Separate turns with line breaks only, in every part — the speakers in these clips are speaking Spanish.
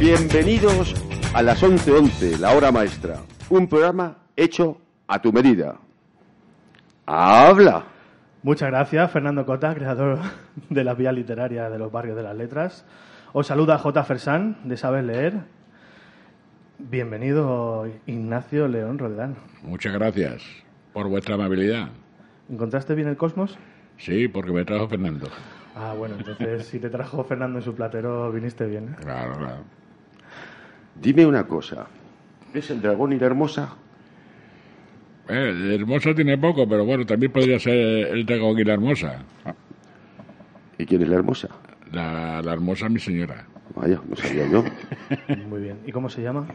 Bienvenidos a las 11.11, la hora maestra. Un programa hecho a tu medida. ¡Habla!
Muchas gracias, Fernando Cota, creador de las vías literarias de los barrios de las letras. Os saluda J. Fersán, de Sabes Leer. Bienvenido, Ignacio León Roldán.
Muchas gracias por vuestra amabilidad.
¿Encontraste bien el cosmos?
Sí, porque me trajo Fernando.
Ah, bueno, entonces si te trajo Fernando en su platero, viniste bien.
Claro, claro.
Dime una cosa. ¿Es el dragón y la hermosa?
Eh, hermosa tiene poco, pero bueno, también podría ser el dragón y la hermosa.
¿Y quién es la hermosa?
La, la hermosa, mi señora.
Vaya, no sabía yo.
Muy bien. ¿Y cómo se llama?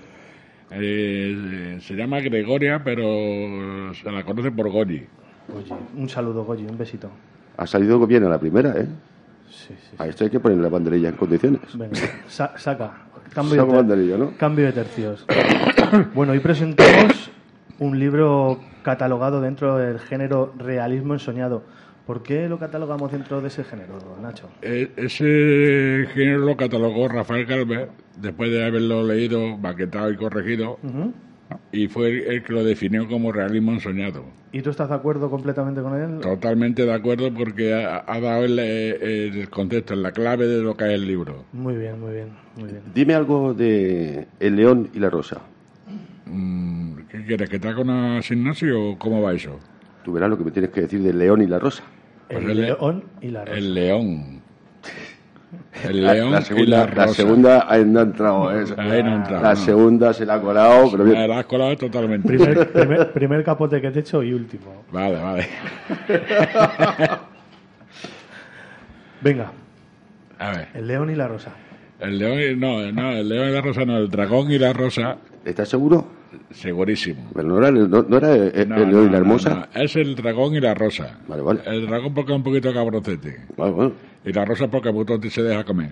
Eh, se llama Gregoria, pero se la conoce por Goni.
Goyi. Un saludo, Goyi, un besito.
Ha salido bien a la primera, ¿eh?
Sí, sí.
A esto hay que poner la banderilla en condiciones.
Venga, sa- saca.
Saco
Cambio de,
banderilla, ¿no?
cambio de tercios. bueno, hoy presentamos un libro catalogado dentro del género realismo ensoñado. ¿Por qué lo catalogamos dentro de ese género, Nacho?
Eh, ese género lo catalogó Rafael Calver después de haberlo leído, maquetado y corregido,
Ujú.
y fue el que lo definió como realismo ensoñado.
¿Y tú estás de acuerdo completamente con él?
Totalmente de acuerdo porque ha, ha dado el, el contexto, la clave de lo que es el libro.
Muy bien, muy bien, muy bien.
Dime algo de El león y la rosa.
Mm, ¿Qué quieres? ¿Que te haga una sinopsis o cómo va eso?
Tú verás lo que me tienes que decir del león y la rosa.
Pues
el
el-
león y la rosa.
El león. El
La-
león
la,
y la
segunda,
rosa.
la segunda ahí no ha entrado. ¿eh?
Ahí no entra,
La
no.
segunda se la ha colado, pero
La
bien.
la has colado totalmente.
Primer, primer- primer capote que te he hecho y último.
Vale, vale.
Venga,
A ver.
el león y la rosa.
El león, y- no, no, el león y la rosa no, el dragón y la rosa,
¿Estás seguro?
segurísimo.
Pero no era, el- no, no era el, el
No,
león y
no,
la
no,
hermosa.
no, Es el dragón y la rosa.
Vale, vale.
El dragón porque es un poquito cabroncete.
Vale, bueno.
Y la rosa porque Butotti se deja comer.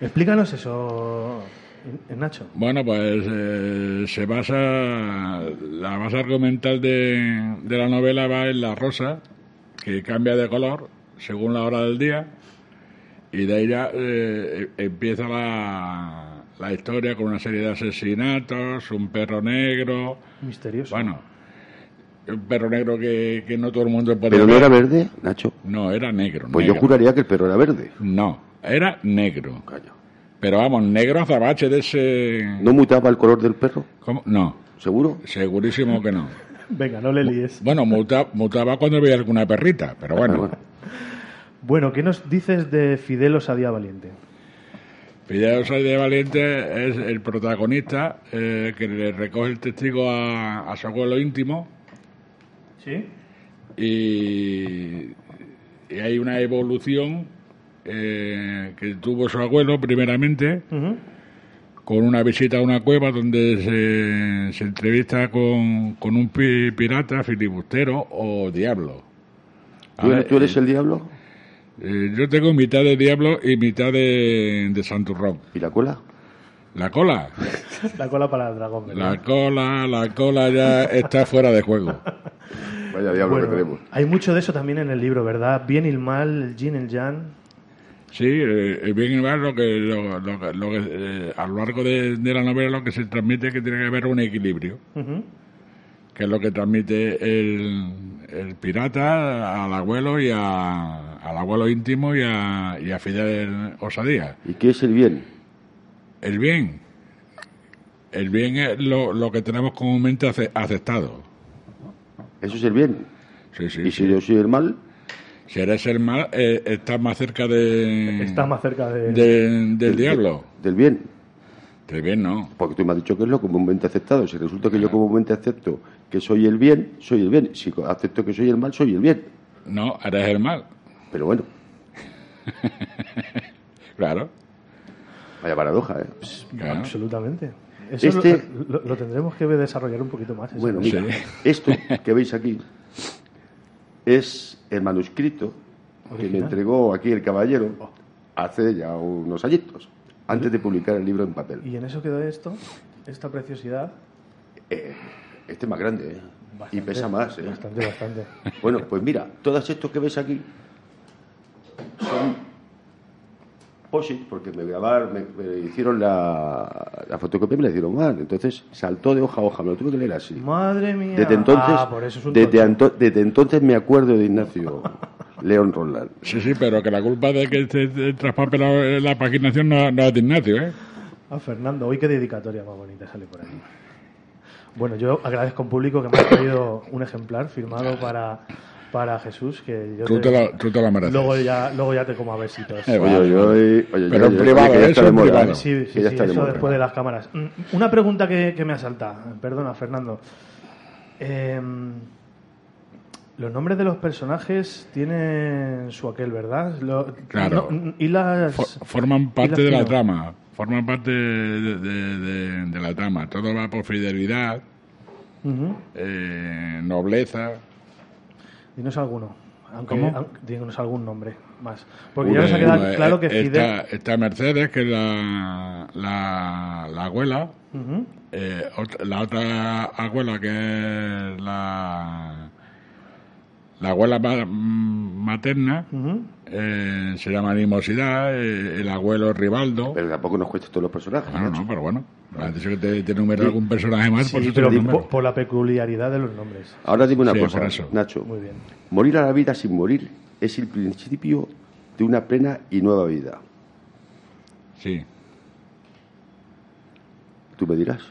Explícanos eso, eh, Nacho.
Bueno, pues eh, se basa. La base argumental de, de la novela va en la rosa, que cambia de color según la hora del día, y de ahí ya eh, empieza la, la historia con una serie de asesinatos, un perro negro.
Misterioso.
Bueno, un perro negro que, que no todo el mundo puede
¿Pero no
ver.
era verde, Nacho?
No, era negro.
Pues yo
negro.
juraría que el perro era verde.
No, era negro.
Coño.
Pero vamos, negro azabache de ese.
¿No mutaba el color del perro?
¿Cómo? No.
¿Seguro?
Segurísimo que no.
Venga, no le líes.
Bueno, muta- mutaba cuando veía alguna perrita, pero
Ah,
bueno.
bueno.
Bueno, ¿qué nos dices de Fidel Osadía Valiente?
Fidel Soy de Valiente es el protagonista eh, que le recoge el testigo a, a su abuelo íntimo
¿Sí?
y, y hay una evolución eh, que tuvo su abuelo primeramente con una visita a una cueva donde se, se entrevista con, con un pi- pirata, filibustero o diablo.
¿Tú,
Ahora,
eres- tú eres el diablo?
Eh, yo tengo mitad de Diablo y mitad de, de Santurrón.
¿Y la cola?
La cola,
La cola para el dragón. ¿verdad?
la cola, la cola ya está fuera de juego.
Vaya diablo
Bueno, Hay mucho de eso también en el libro, ¿verdad? Bien y el mal, el yin y el yang.
Sí, eh, el bien y el mal, lo que, lo, lo que- lo que, eh, a lo largo de, de la novela lo que se transmite es que tiene que haber un equilibrio,
Ujú.
que es lo que transmite el, el pirata al abuelo y a- al abuelo íntimo y a, y a Fidel Osadía.
¿Y qué es el bien?
El bien, el bien es lo, lo que tenemos comúnmente ace- aceptado.
Eso es el bien.
Sí, sí,
¿Y
sí.
si yo soy el mal?
Si eres el mal, eh, estás más cerca de,
Estás Mm. más cerca de...
de- del diablo.
Del bien.
Del bien no.
Porque tú me has dicho que es lo comúnmente aceptado. Si resulta
Ah.
que yo comúnmente acepto que soy el bien, soy el bien. Si acepto que soy el mal, soy el bien.
No, eres el mal.
Pero bueno,
Claro.
vaya paradoja, ¿eh?
claro.
Absolutamente. Eso
Este-
lo, lo- lo tendremos que desarrollar un poquito más. eso.
Bueno, mira,
Sí.
esto que veis aquí es el manuscrito que me entregó aquí el caballero hace ya unos añitos, antes de publicar el libro en papel.
Y en eso quedó esto, esta preciosidad.
Eh, este es más grande, ¿eh? Y
Bastante,
pesa más, ¿eh?
Bastante, bastante.
Bueno, pues mira, todos estos que ves aquí son Posit, porque me grabaron, me, me hicieron la, la fotocopia y me la hicieron mal. Entonces saltó de hoja a hoja, me lo tuve que leer así.
Madre mía.
Desde entonces,
Ah, por eso es un
desde,
tonto.
anto- desde entonces me acuerdo de Ignacio León Roland.
Sí, sí, pero que la culpa de que te, te traspapelado la paginación no, no es de Ignacio, ¿eh?
A Ah, Fernando, hoy qué dedicatoria más bonita sale por aquí. Bueno, yo agradezco al público que me ha traído un ejemplar firmado para, para Jesús, que yo
Tú te lo, tú te lo mereces.
luego ya luego ya te como a besitos.
Oye,
Eh, vale.
oye, oye, oye,
Pero en
oye,
privado,
que ya
¿eh?
está
Eso
de
en
moda.
privado.
Sí, sí,
Que ya
sí,
está de
eso
moda.
después de las cámaras. Mm, Una pregunta que, que me asalta, perdona Fernando. Em, los nombres de los personajes tienen su aquel, ¿verdad? Lo-
Claro.
no, y las...
For- forman parte de la
Ignacio.
trama, forman parte de, de- de- de la trama. Todo va por fidelidad,
Ujú.
eh, nobleza.
Dinos alguno. Aunque,
¿Cómo?
aun- dinos algún nombre más. Porque
Uno,
Pues ya nos ha quedado
uno, eh,
claro que
está,
Fidel.
está Mercedes, que es la, la, la abuela.
Ujú.
eh, ot- la otra abuela, que es la, la abuela ma- materna,
Ujú.
eh, se llama animosidad. eh, el abuelo es Rivaldo.
Pero tampoco nos cuesta todos los personajes.
Bueno,
macho.
no, pero bueno. Me has dicho que te, te enumero algún personaje más. por
Sí,
eso te
pero
lo enumero.
po- por la peculiaridad de los nombres.
Ahora dime una
Sí,
cosa,
por eso.
Nacho.
Muy bien.
Morir a la vida sin morir es el principio de una plena y nueva vida.
Sí,
Tú me dirás,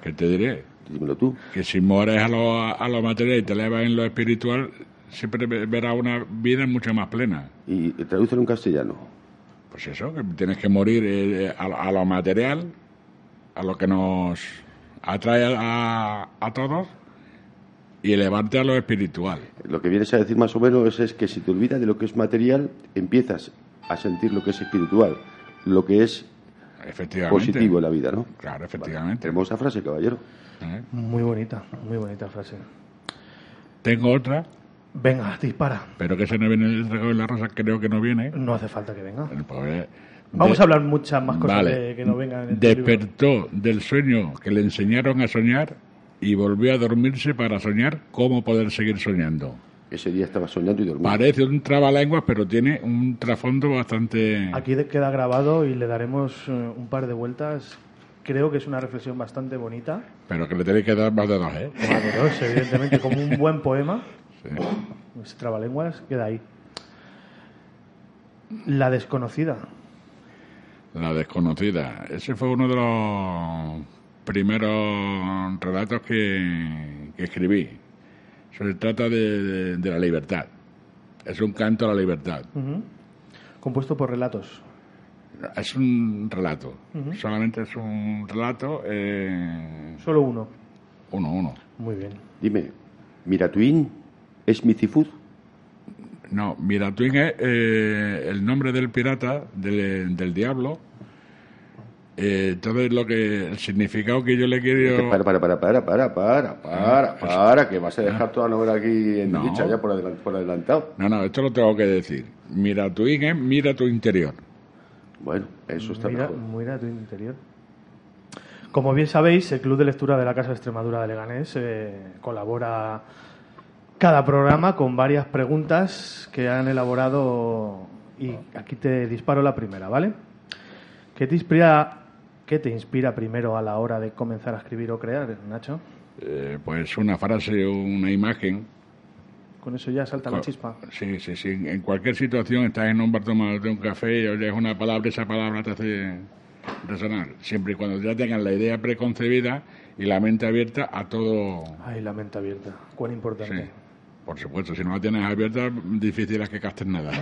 que te diré.
dímelo tú.
Que si mueres a lo, a lo material y te elevas en lo espiritual, siempre ve- verás una vida mucho más plena.
Y tradúcelo en castellano.
Pues eso, que tienes que morir eh, a, lo- a lo material, a lo que nos atrae a, a todos, y elevarte a lo espiritual.
Lo que vienes a decir más o menos es, es que si te olvidas de lo que es material, empiezas a sentir lo que es espiritual, lo que es
Efectivamente.
positivo en la vida, ¿no?
Claro, efectivamente.
Hermosa frase, caballero.
¿Eh?
Muy bonita, muy bonita frase.
Tengo otra,
Venga, dispara. pero
pero que esa no viene en el dragón de la rosa, creo que no viene.
No hace falta que venga.
Bueno, pues, eh,
Vamos a
de-
hablar muchas más cosas
Vale.
de- que no vengan en este libro.
Despertó del sueño que le enseñaron a soñar y volvió a dormirse para soñar cómo poder seguir soñando.
Ese día estaba soñando y dormía.
Mm. Parece un trabalenguas, pero tiene un trasfondo bastante...
Aquí de- queda grabado y le daremos eh, un par de vueltas. Creo que es una reflexión bastante bonita.
Pero que le tenéis que dar más de dos, ¿eh?
Madros, evidentemente, como un buen poema.
Sí.
Ese trabalenguas queda ahí. La desconocida.
La desconocida. Ese fue uno de los primeros relatos que, que escribí. Se trata de- de- de la libertad. Es un canto a la libertad.
Ujú. Compuesto por relatos.
Es un relato, solamente es un relato, eh,
Solo uno.
uno, uno.
Muy bien.
Dime, ¿Miratuín es Micifood?
No, Miratwin es eh, el nombre del pirata, del, del diablo. Eh, todo es lo que, el significado que yo le quiero...
Para, para, para, para, para, para, para, para, que vas a dejar toda la novela aquí en
No.
dicha ya por, adelan- por adelantado.
No, no, esto lo tengo que decir. Miratwin es mira tu interior.
Bueno, eso está
Mira,
mejor.
mira tu interior. Como bien sabéis, el Club de Lectura de la Casa de Extremadura de Leganés eh, colabora cada programa con varias preguntas que han elaborado y aquí te disparo la primera, ¿vale? ¿Qué te inspira, qué te inspira primero a la hora de comenzar a escribir o crear, Nacho?
Eh, pues una frase o una imagen.
Con eso ya salta la chispa.
Sí, sí, sí. En cualquier situación estás en un bar tomándote un café y oyes una palabra, esa palabra te hace resonar. Siempre y cuando ya tengas la idea preconcebida y la mente abierta a todo.
Ay, la mente abierta. Cuán
Sí,
importante.
por supuesto. Si no la tienes abierta, difícil es que castes nada.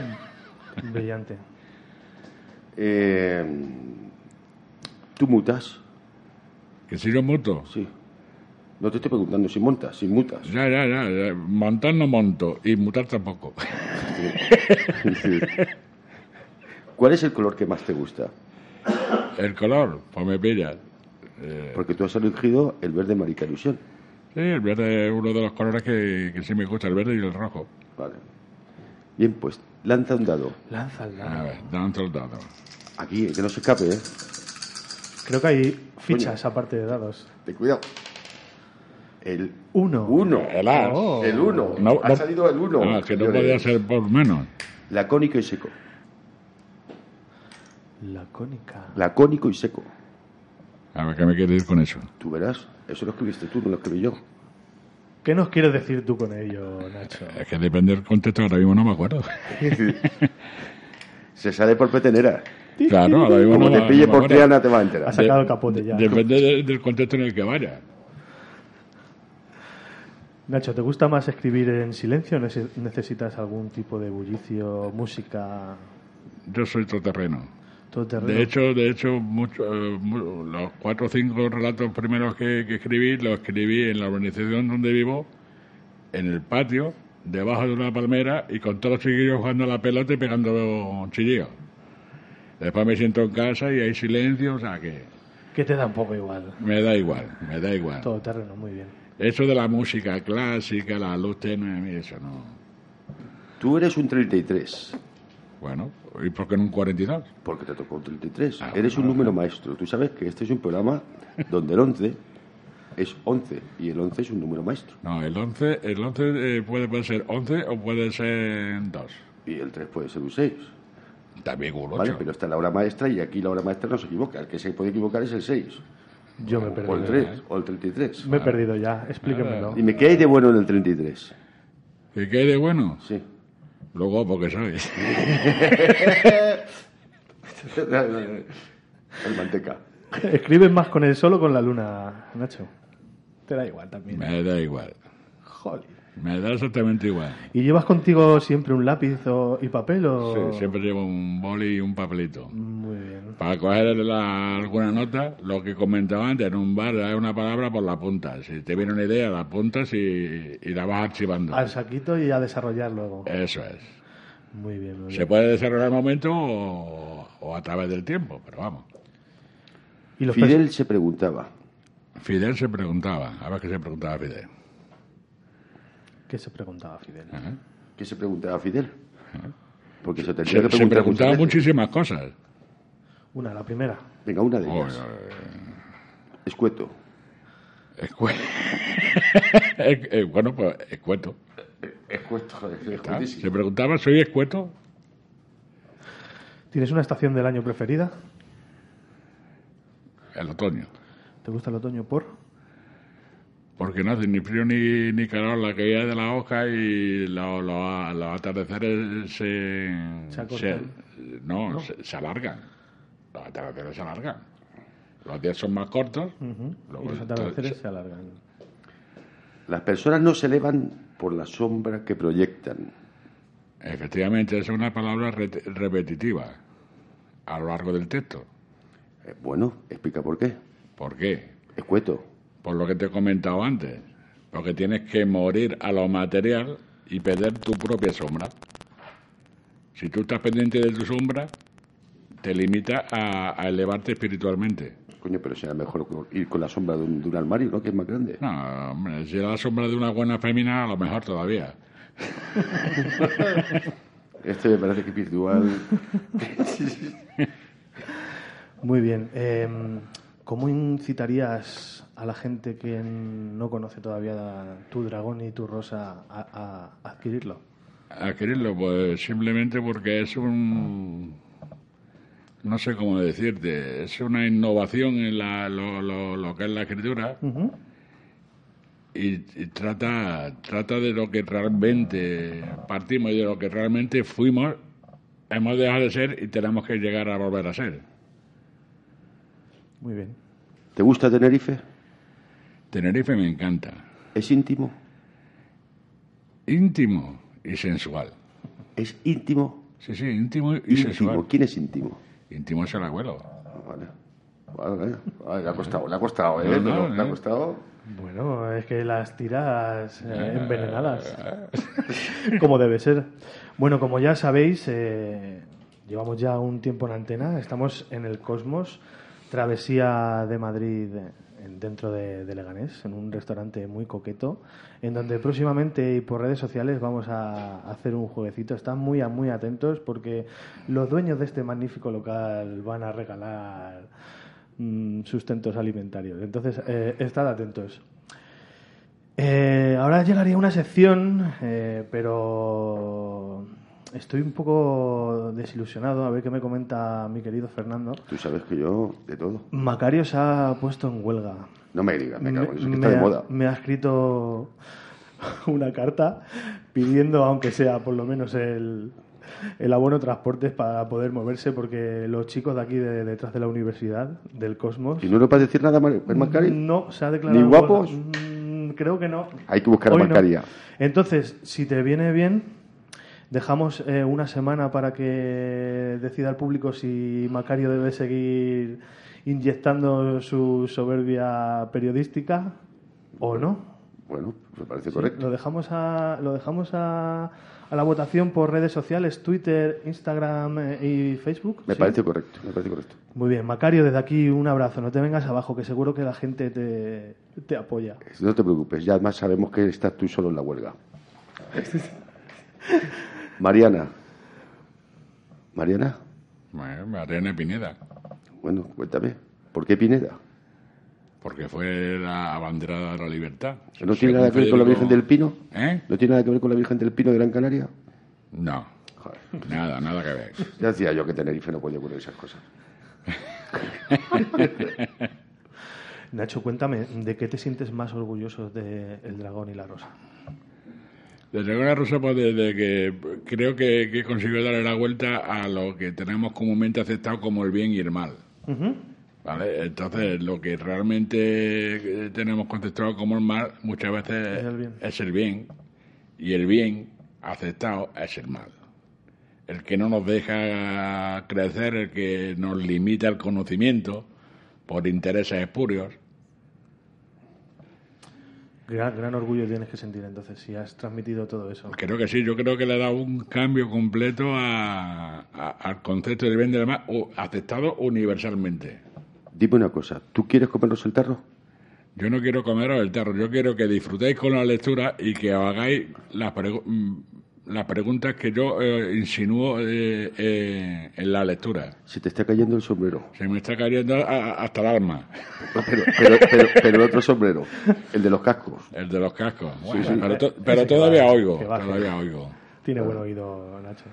Brillante.
Eh, ¿Tú mutas?
Que si yo muto.
Sí. No te estoy preguntando si montas, si mutas.
Ya, ya, ya, ya. Montar no monto y mutar tampoco.
Sí. ¿Cuál es el color que más te gusta?
El color, pues me pillas.
Porque tú has elegido el verde maricalusión.
Sí, el verde es uno de los colores que, que sí me gusta, el verde y el rojo.
Vale. Bien, pues lanza un dado.
Lanza el dado.
A ver, dan soldado.
Aquí, que no se escape, ¿eh?
Creo que hay fichas aparte de dados.
Ten cuidado. El
Uno.
uno.
El as.
Oh.
El uno.
No,
ha
no.
salido el uno.
Ah, que no
señores.
podía ser por menos.
Lacónico y seco.
Lacónica.
lacónico y seco.
A ver, ¿qué me quieres ir con eso?
Tú verás, eso lo escribiste tú, no lo escribí yo.
¿Qué nos quieres decir tú con ello, Nacho?
Es que depende del contexto, ahora mismo no me acuerdo.
Se sale por petenera.
Claro, ahora mismo
Como
no
te
me-
pille
no me
por
acuerdo.
triana te va a enterar.
Has sacado el capote ya.
Depende de- del contexto en el que vaya.
Nacho, ¿te gusta más escribir en silencio? ¿Nece- ¿Necesitas algún tipo de bullicio, música,
Yo soy todoterreno.
todo terreno?
De hecho, de hecho mucho, eh, mu- los cuatro o cinco relatos primeros que, que escribí, los escribí en la urbanización donde vivo, en el patio, debajo de una palmera y con todos los chiquillos jugando a la pelota y pegando chillillos. Después me siento en casa y hay silencio, o sea que
que te da un poco igual.
me da igual, me da igual.
Todo terreno, muy bien.
Eso de la música clásica, la luz tenue, a mí eso no.
Tú eres un 33,
Bueno, ¿y por qué no un 42?
porque te tocó un 33.
Ah,
eres un
bueno.
número maestro. Tú sabes que este es un programa donde el 11 es 11 y el 11 es un número maestro.
No, el 11, el 11 eh, puede, puede ser 11 o puede ser 2.
Y el 3 puede ser un 6.
También un 8.
¿vale? Pero está la hora maestra y aquí la hora maestra no se equivoca. El que se puede equivocar es el 6,
Yo me
o
he
el
perdido.
¿eh?
3, o el 33.
Me he perdido ya, explíquemelo.
Dime, ¿qué hay de bueno en el 33?
¿Y qué hay de bueno?
Sí.
Luego, porque sabes.
el manteca.
¿Escribes más con el sol o con la luna, Nacho? Te da igual también.
Me da igual.
Jolín.
Me da exactamente igual.
¿Y llevas contigo siempre un lápiz o- y papel o...?
Sí, siempre llevo un boli y un papelito.
Muy bien.
Para coger la- alguna nota, lo que comentaba antes, en un bar hay una palabra por la punta. Si te viene una idea, la apuntas y, y la vas archivando.
Al saquito y a desarrollar luego.
Eso es.
Muy bien, muy
Eh, Se
bien.
puede desarrollar al momento o, o a través del tiempo, pero vamos.
¿Y los pres-
Fidel se preguntaba,
Fidel se preguntaba, a ver qué se preguntaba Fidel.
¿Qué se preguntaba Fidel?
Ajá.
¿Qué se preguntaba Fidel? Porque se tendría
Se,
que
se
preguntar
preguntaba
muchas veces.
muchísimas cosas.
Una, la primera.
Venga, una de
Oh,
ellas. Escueto.
Escue- Eh, eh, bueno, pues escueto.
Escueto, joder,
Ah, Se preguntaba, ¿soy escueto?
¿Tienes una estación del año preferida?
El otoño.
¿Te gusta el otoño por?
Porque no hace ni frío ni, ni calor la caída de la hoja y lo- lo- los atardeceres se...
Se acortan.
no, Se, se alargan. Los atardeceres se alargan. Los días son más cortos.
Ujú.
Luego
y los
el-
atardeceres se alargan.
Las personas no se elevan por la sombra que proyectan.
Efectivamente, es una palabra re- repetitiva a lo largo del texto.
Eh, bueno, explica por qué.
¿Por qué?
Escueto.
Por lo que te he comentado antes. Porque tienes que morir a lo material y perder tu propia sombra. Si tú estás pendiente de tu sombra, te limita a, a elevarte espiritualmente.
Coño, pero será mejor co- ir con la sombra de un, de un armario, ¿no? Que es más grande.
No, hombre, si era la sombra de una buena fémina, a lo mejor todavía.
Este me parece que es virtual.
Muy bien. eh, ¿Cómo incitarías a la gente que no conoce todavía tu dragón y tu rosa a, a adquirirlo?
Adquirirlo, pues simplemente porque es un. No sé cómo decirte, es una innovación en la- lo, lo- lo que es la escritura
Ujú.
y, y trata, trata de lo que realmente partimos y de lo que realmente fuimos, hemos dejado de ser y tenemos que llegar a volver a ser.
Muy bien.
¿Te gusta Tenerife?
Tenerife me encanta,
¿Es íntimo?
íntimo y sensual.
¿Es íntimo?
Sí, sí, íntimo y sensual.
íntimo. ¿Quién es íntimo?
Íntimo es el abuelo.
Ah, Vale. Vale, vale, le ha costado, le ha costado, ¿eh?
No, no,
Pero le ha
eh.
costado.
Bueno, es que las tiras eh, envenenadas, como debe ser. Bueno, como ya sabéis, eh, llevamos ya un tiempo en antena, estamos en el Cosmos, travesía de Madrid eh, dentro de, de Leganés, en un restaurante muy coqueto, en donde próximamente y por redes sociales vamos a hacer un jueguecito. Están muy, a- muy atentos porque los dueños de este magnífico local van a regalar mm, sustentos alimentarios. Entonces, eh, estad atentos. Eh, ahora llegaría una sección, eh, pero estoy un poco desilusionado, a ver qué me comenta mi querido Fernando.
Tú sabes que yo, de todo.
Macario se ha puesto en huelga.
No me digas, me cago en eso, que está de
ha-
moda.
me ha escrito una carta pidiendo, aunque sea por lo menos el, el abono transportes para poder moverse, porque los chicos de aquí, de- detrás de la universidad, del Cosmos,
¿Y no le puedes decir nada Mario- a Macari?
no se ha declarado.
¿Ni guapos?
huelga. Mm, Creo que no.
Hay que buscar a
Hoy no.
Macaria.
Entonces, si te viene bien, dejamos eh, una semana para que decida el público si Macario debe seguir inyectando su soberbia periodística o no.
Bueno, me parece
Sí,
correcto.
Lo dejamos, a, lo dejamos a, a la votación por redes sociales, Twitter, Instagram eh, y Facebook.
Me
¿sí?
parece correcto, me parece correcto.
Muy bien, Macario, desde aquí un abrazo. No te vengas abajo, que seguro que la gente te, te apoya.
No te preocupes, ya además sabemos que estás tú solo en la huelga. Mariana. Mariana,
Bueno, me atiende Pineda,
bueno, cuéntame. ¿Por qué Pineda?
porque fue la abanderada de la libertad.
¿No tiene nada que ver con la Virgen del Pino?
¿Eh?
¿No tiene nada que ver con la Virgen del Pino de Gran Canaria?
No,
Joder,
nada, nada que ver.
ya decía yo que Tenerife no podía ocurrir esas cosas.
Nacho, cuéntame, ¿de qué te sientes más orgulloso de El Dragón y la Rosa?
Desde Segunda Rosa, pues desde que creo que, que consiguió darle la vuelta a lo que tenemos comúnmente aceptado como el bien y el mal. ¿Vale? Entonces, lo que realmente eh, tenemos conceptuado como el mal muchas veces
Es el bien.
es el bien, y el bien aceptado es el mal. El que no nos deja crecer, el que nos limita el conocimiento por intereses espurios.
Gran, gran orgullo tienes que sentir entonces, si has transmitido todo eso.
Creo que sí, yo creo que le da un cambio completo a- a- al concepto del bien del mal, o aceptado universalmente.
Dime una cosa, ¿tú quieres comernos el tarro?
Yo no quiero comeros el tarro, yo quiero que disfrutéis con la lectura y que os hagáis las, pregu- mm, las preguntas que yo eh, insinúo eh, eh, en la lectura.
Se te está cayendo el sombrero.
Se me está cayendo a- a- hasta el alma,
Pero, pero, pero- pero el otro sombrero, el de los cascos.
el de los cascos. Bueno, Pero, to- pero todavía
baje,
oigo,
que baje.
todavía oigo.
Tiene buen oído, Nacho.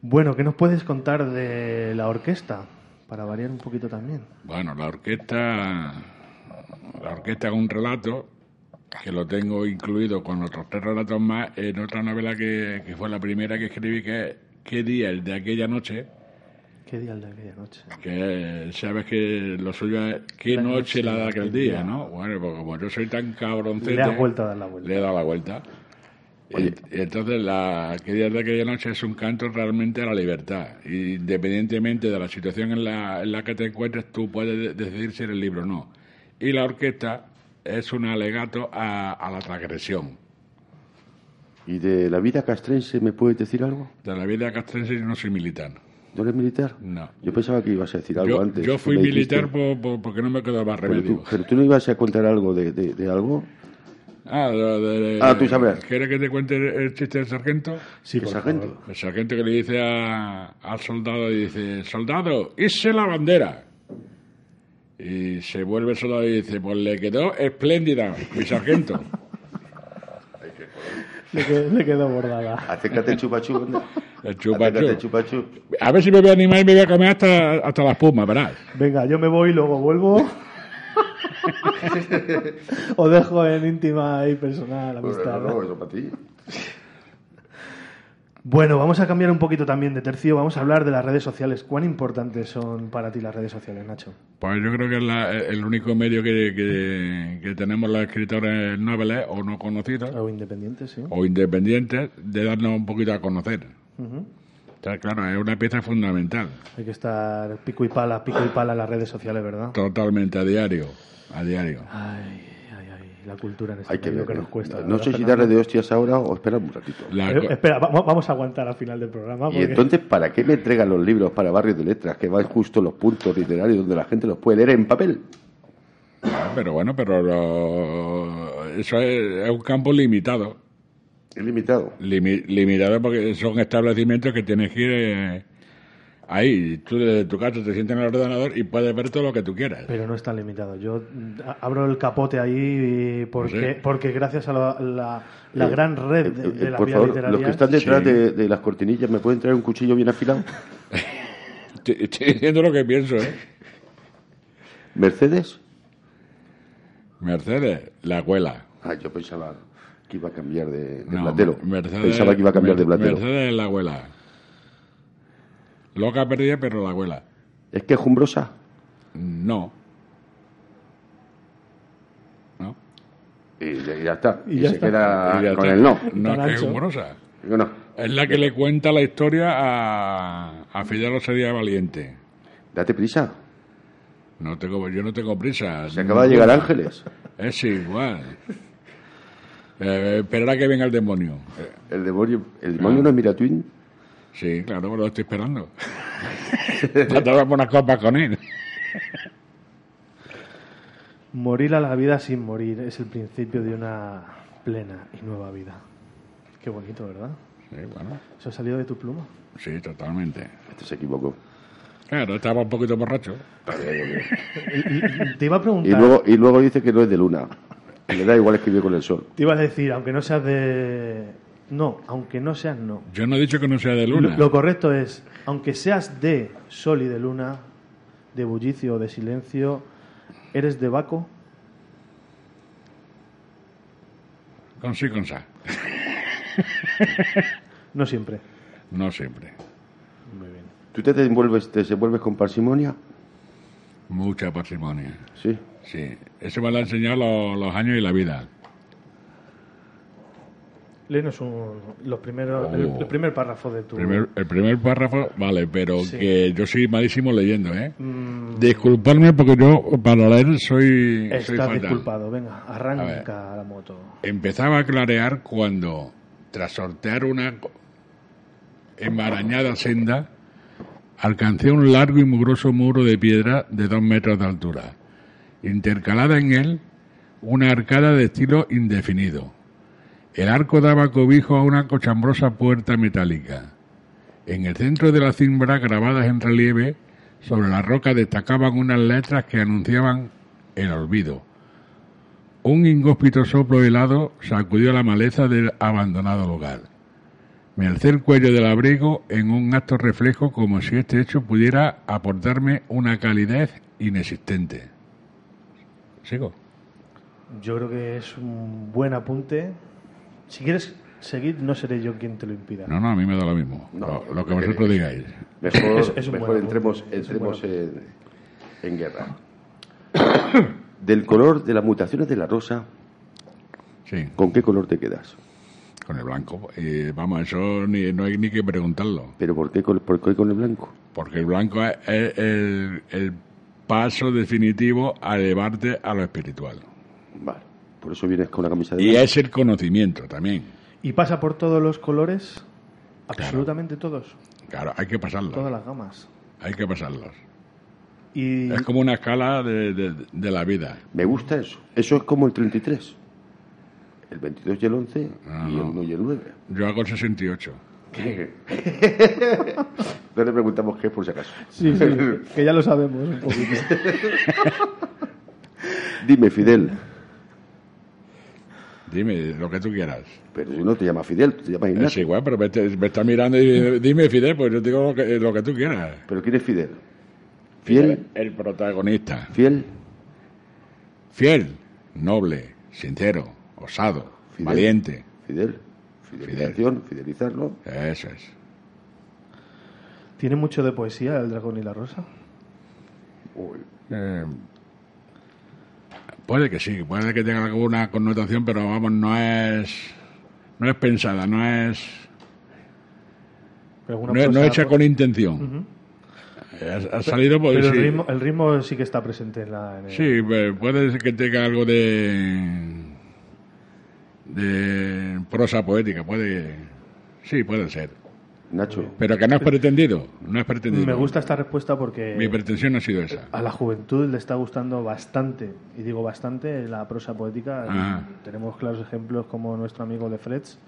Bueno, ¿qué nos puedes contar de la orquesta? Para variar un poquito también.
Bueno, la orquesta, la orquesta es un relato que lo tengo incluido con otros tres relatos más en otra novela que, que fue la primera que escribí, que es ¿Qué día? El de aquella noche,
¿Qué día el de aquella noche?
que eh, sabes que lo suyo es ¿Qué
La noche
noche la de
de
aquel
aquel
día?
día.
¿no? Bueno, pues como yo soy tan cabroncete,
Le has vuelto a dar la vuelta.
le he dado la vuelta. Y- y entonces, la, ¿Qué día de aquella noche? es un canto realmente a la libertad. Independientemente de la situación en la, en la que te encuentres, tú puedes de- decidir si eres libre o no. Y la orquesta es un alegato a, a la transgresión.
¿Y de la vida castrense me puedes decir algo?
De la vida castrense yo no soy militar.
¿No eres militar?
No.
Yo pensaba que ibas a decir algo
Yo,
antes.
yo
que
fui
me dijiste.
militar por- por- porque no me quedaba
Pero
remedio.
tú, pero tú no ibas a contar algo de, de- de algo.
Ah, lo de-
Ah, tú sabrás.
¿Quieres que te cuente el, el chiste del sargento?
Sí,
¿Qué
por
sargento?
favor.
El sargento que le dice a- al soldado, y dice, soldado, hice la bandera. Y se vuelve el soldado y dice, pues le quedó espléndida, mi sargento.
Le quedó, le quedó bordada.
Acércate, chupachú. anda.
El chupachú.
Acércate, chupachú.
A ver si me voy a animar y me voy a comer hasta, hasta la espuma, verás.
Venga, yo me voy, luego vuelvo. Os dejo en íntima y personal
Pues
amistad.
No, no, eso para ti.
Bueno, vamos a cambiar un poquito también de tercio. Vamos a hablar de las redes sociales. ¿Cuán importantes son para ti las redes sociales, Nacho?
Pues yo creo que es la- el único medio que, que- que tenemos los escritores noveles o no conocidos.
O independientes, sí.
o independientes de darnos un poquito a conocer.
Ujú.
Está claro, es una pieza fundamental,
Hay que estar pico y pala, pico y pala en las redes sociales, ¿verdad?
totalmente a diario, a diario.
Ay, ay, ay. La cultura en este
Hay que
medio
ver.
que
¿no?
nos cuesta.
No,
la
no
verdad,
sé si darle
Fernando.
de hostias ahora o esperar un ratito.
La
Eh,
co-
espera, va- va- vamos a aguantar al final del programa.
Y
Porque...
entonces, ¿para qué me entregan los libros para barrios de letras? Que van justo los puntos literarios donde la gente los puede leer en papel.
pero bueno, pero lo- eso es, es un campo limitado,
Es limitado.
limi- limitado porque son establecimientos que tienes que ir eh, ahí, tú desde tu casa te sientes en el ordenador y puedes ver todo lo que tú quieras.
Pero no está limitado. Yo mm, a- abro el capote ahí porque,
Sí.
porque gracias a la, la- la
Eh,
gran red
eh,
de, de
eh,
la
por
vía
favor,
literaria.
los que están detrás
Sí.
de, de las cortinillas, ¿me pueden traer un cuchillo bien afilado?
Te- Estoy diciendo lo que pienso, ¿eh?
¿Mercedes?
Mercedes, la abuela.
Ah, yo pensaba que iba a cambiar de, de
No,
platero.
Mercedes,
pensaba que iba a cambiar de
Mer-
platero.
Mercedes es la abuela. Loca perdida, pero la abuela.
¿Es que es jumbrosa?
No. ¿No?
Y ya, y ya está.
Y
Y,
ya
se
está.
queda
Y ya
Ah, con
está.
el no.
No,
Tan
es que es
ancho.
humorosa.
Digo, no.
Es la que le cuenta la historia a, a Fidel Osería Valiente.
Date prisa.
No tengo, yo no tengo prisa.
Se acaba de llegar Ángeles.
Es igual. Eh, esperar a que venga el demonio. Eh,
El demonio, el demonio no es Miratwin.
Sí, claro, pues lo estoy esperando. Para tomarme unas copas con él.
Morir a la vida sin morir es el principio de una plena y nueva vida. Qué bonito, ¿verdad?
Sí, bueno.
Eso ha salido de tu pluma.
Sí, totalmente.
Este se equivocó.
Claro, estaba un poquito borracho.
Te iba a
Y
preguntar,
luego, y luego dice que no es de luna. Le da igual escribir con el sol.
te iba a decir, aunque no seas de... No, aunque no seas no.
Yo no he dicho que no sea de
Lo,
luna.
lo correcto es, aunque seas de sol y de luna, de bullicio o de silencio, ¿eres de Baco?
Con sí, con sa.
No siempre.
No siempre.
Muy bien.
¿Tú te desenvuelves, te desenvuelves con parsimonia?
Mucha patrimonio.
Sí.
Sí. Eso me lo han enseñado lo- los años y la vida.
Léenos un- los primeros, el, el primer párrafo de tu...
Oh. Primer- el primer párrafo, vale, pero
Sí. Mm.
que yo soy malísimo leyendo, ¿eh? Disculpadme porque yo para leer soy, soy
Estás
fatal.
disculpado, venga,
ver.
arranca la moto.
Empezaba a clarear cuando, tras sortear una enmarañada senda, alcancé un largo y mugroso muro de piedra de dos metros de altura, intercalada en él una arcada de estilo indefinido. El arco daba cobijo a una cochambrosa puerta metálica. En el centro de la cimbra, grabadas en relieve, sobre la roca destacaban unas letras que anunciaban el olvido. Un ingóspito soplo helado sacudió la maleza del abandonado lugar. Me alcé el cuello del abrigo en un acto reflejo como si este hecho pudiera aportarme una calidez inexistente. ¿Sigo?
Yo creo que es un buen apunte. Si quieres seguir, no seré yo quien te lo impida.
No, no, a mí me da lo mismo.
No,
lo, lo que vosotros digáis.
Mejor,
Es- es un
mejor
buen
entremos,
apunte, es un
entremos
buen
en, en guerra. Del color de las mutaciones de la rosa,
Sí,
¿con qué color te quedas?
con el blanco. Y vamos, eso ni- no hay ni que preguntarlo.
¿Pero por qué, col- por qué con el blanco?
Porque el blanco es, es el, el paso definitivo a elevarte a lo espiritual.
Vale. Por eso vienes con una camisa de
Y
blanco.
es el conocimiento también.
¿Y pasa por todos los colores? Absolutamente todos.
Claro, hay que pasarlo.
Todas las Mm. gamas.
Hay que pasarlos.
Y
Es como una escala de, de- de la vida.
Me gusta eso. Eso es como el 33. El 22 y el 11 y
Ah.
el 1 y el 9.
Yo hago el 68.
No le preguntamos qué es por si acaso.
sí, sí, que ya lo sabemos un poquito.
Dime, Fidel.
Dime lo que tú quieras.
Pero si no te llamas Fidel, te llamas
Es
Ignacio.
igual, pero me, te- me está mirando y dice, dime, Fidel, pues yo te digo lo que, lo que tú quieras.
¿Pero quién es Fidel? Fiel,
El protagonista.
fiel,
Fiel, noble, sincero, osado,
Fidel.
valiente.
Fidel. Fidelización, fidelizarlo.
Eso es.
¿Tiene mucho de poesía el dragón y la rosa?
Uy,
Eh, puede que sí, puede que tenga alguna connotación, pero vamos, no es. No es pensada, no es.
Pero alguna
No, es- no
prosa-
hecha con intención. ha, ha salido por
pues, Pero
sí.
el, ritmo, el ritmo sí que está presente en la... en el-
Sí, pues, puede ser que tenga algo de. de prosa poética, puede. Sí, puede ser.
Nacho,
Pero que no es pretendido, no es pretendido.
Me gusta esta respuesta porque...
Mi pretensión no ha sido esa.
A la juventud le está gustando bastante, y digo bastante, la prosa poética.
Ajá.
Tenemos claros ejemplos como nuestro amigo de Freds,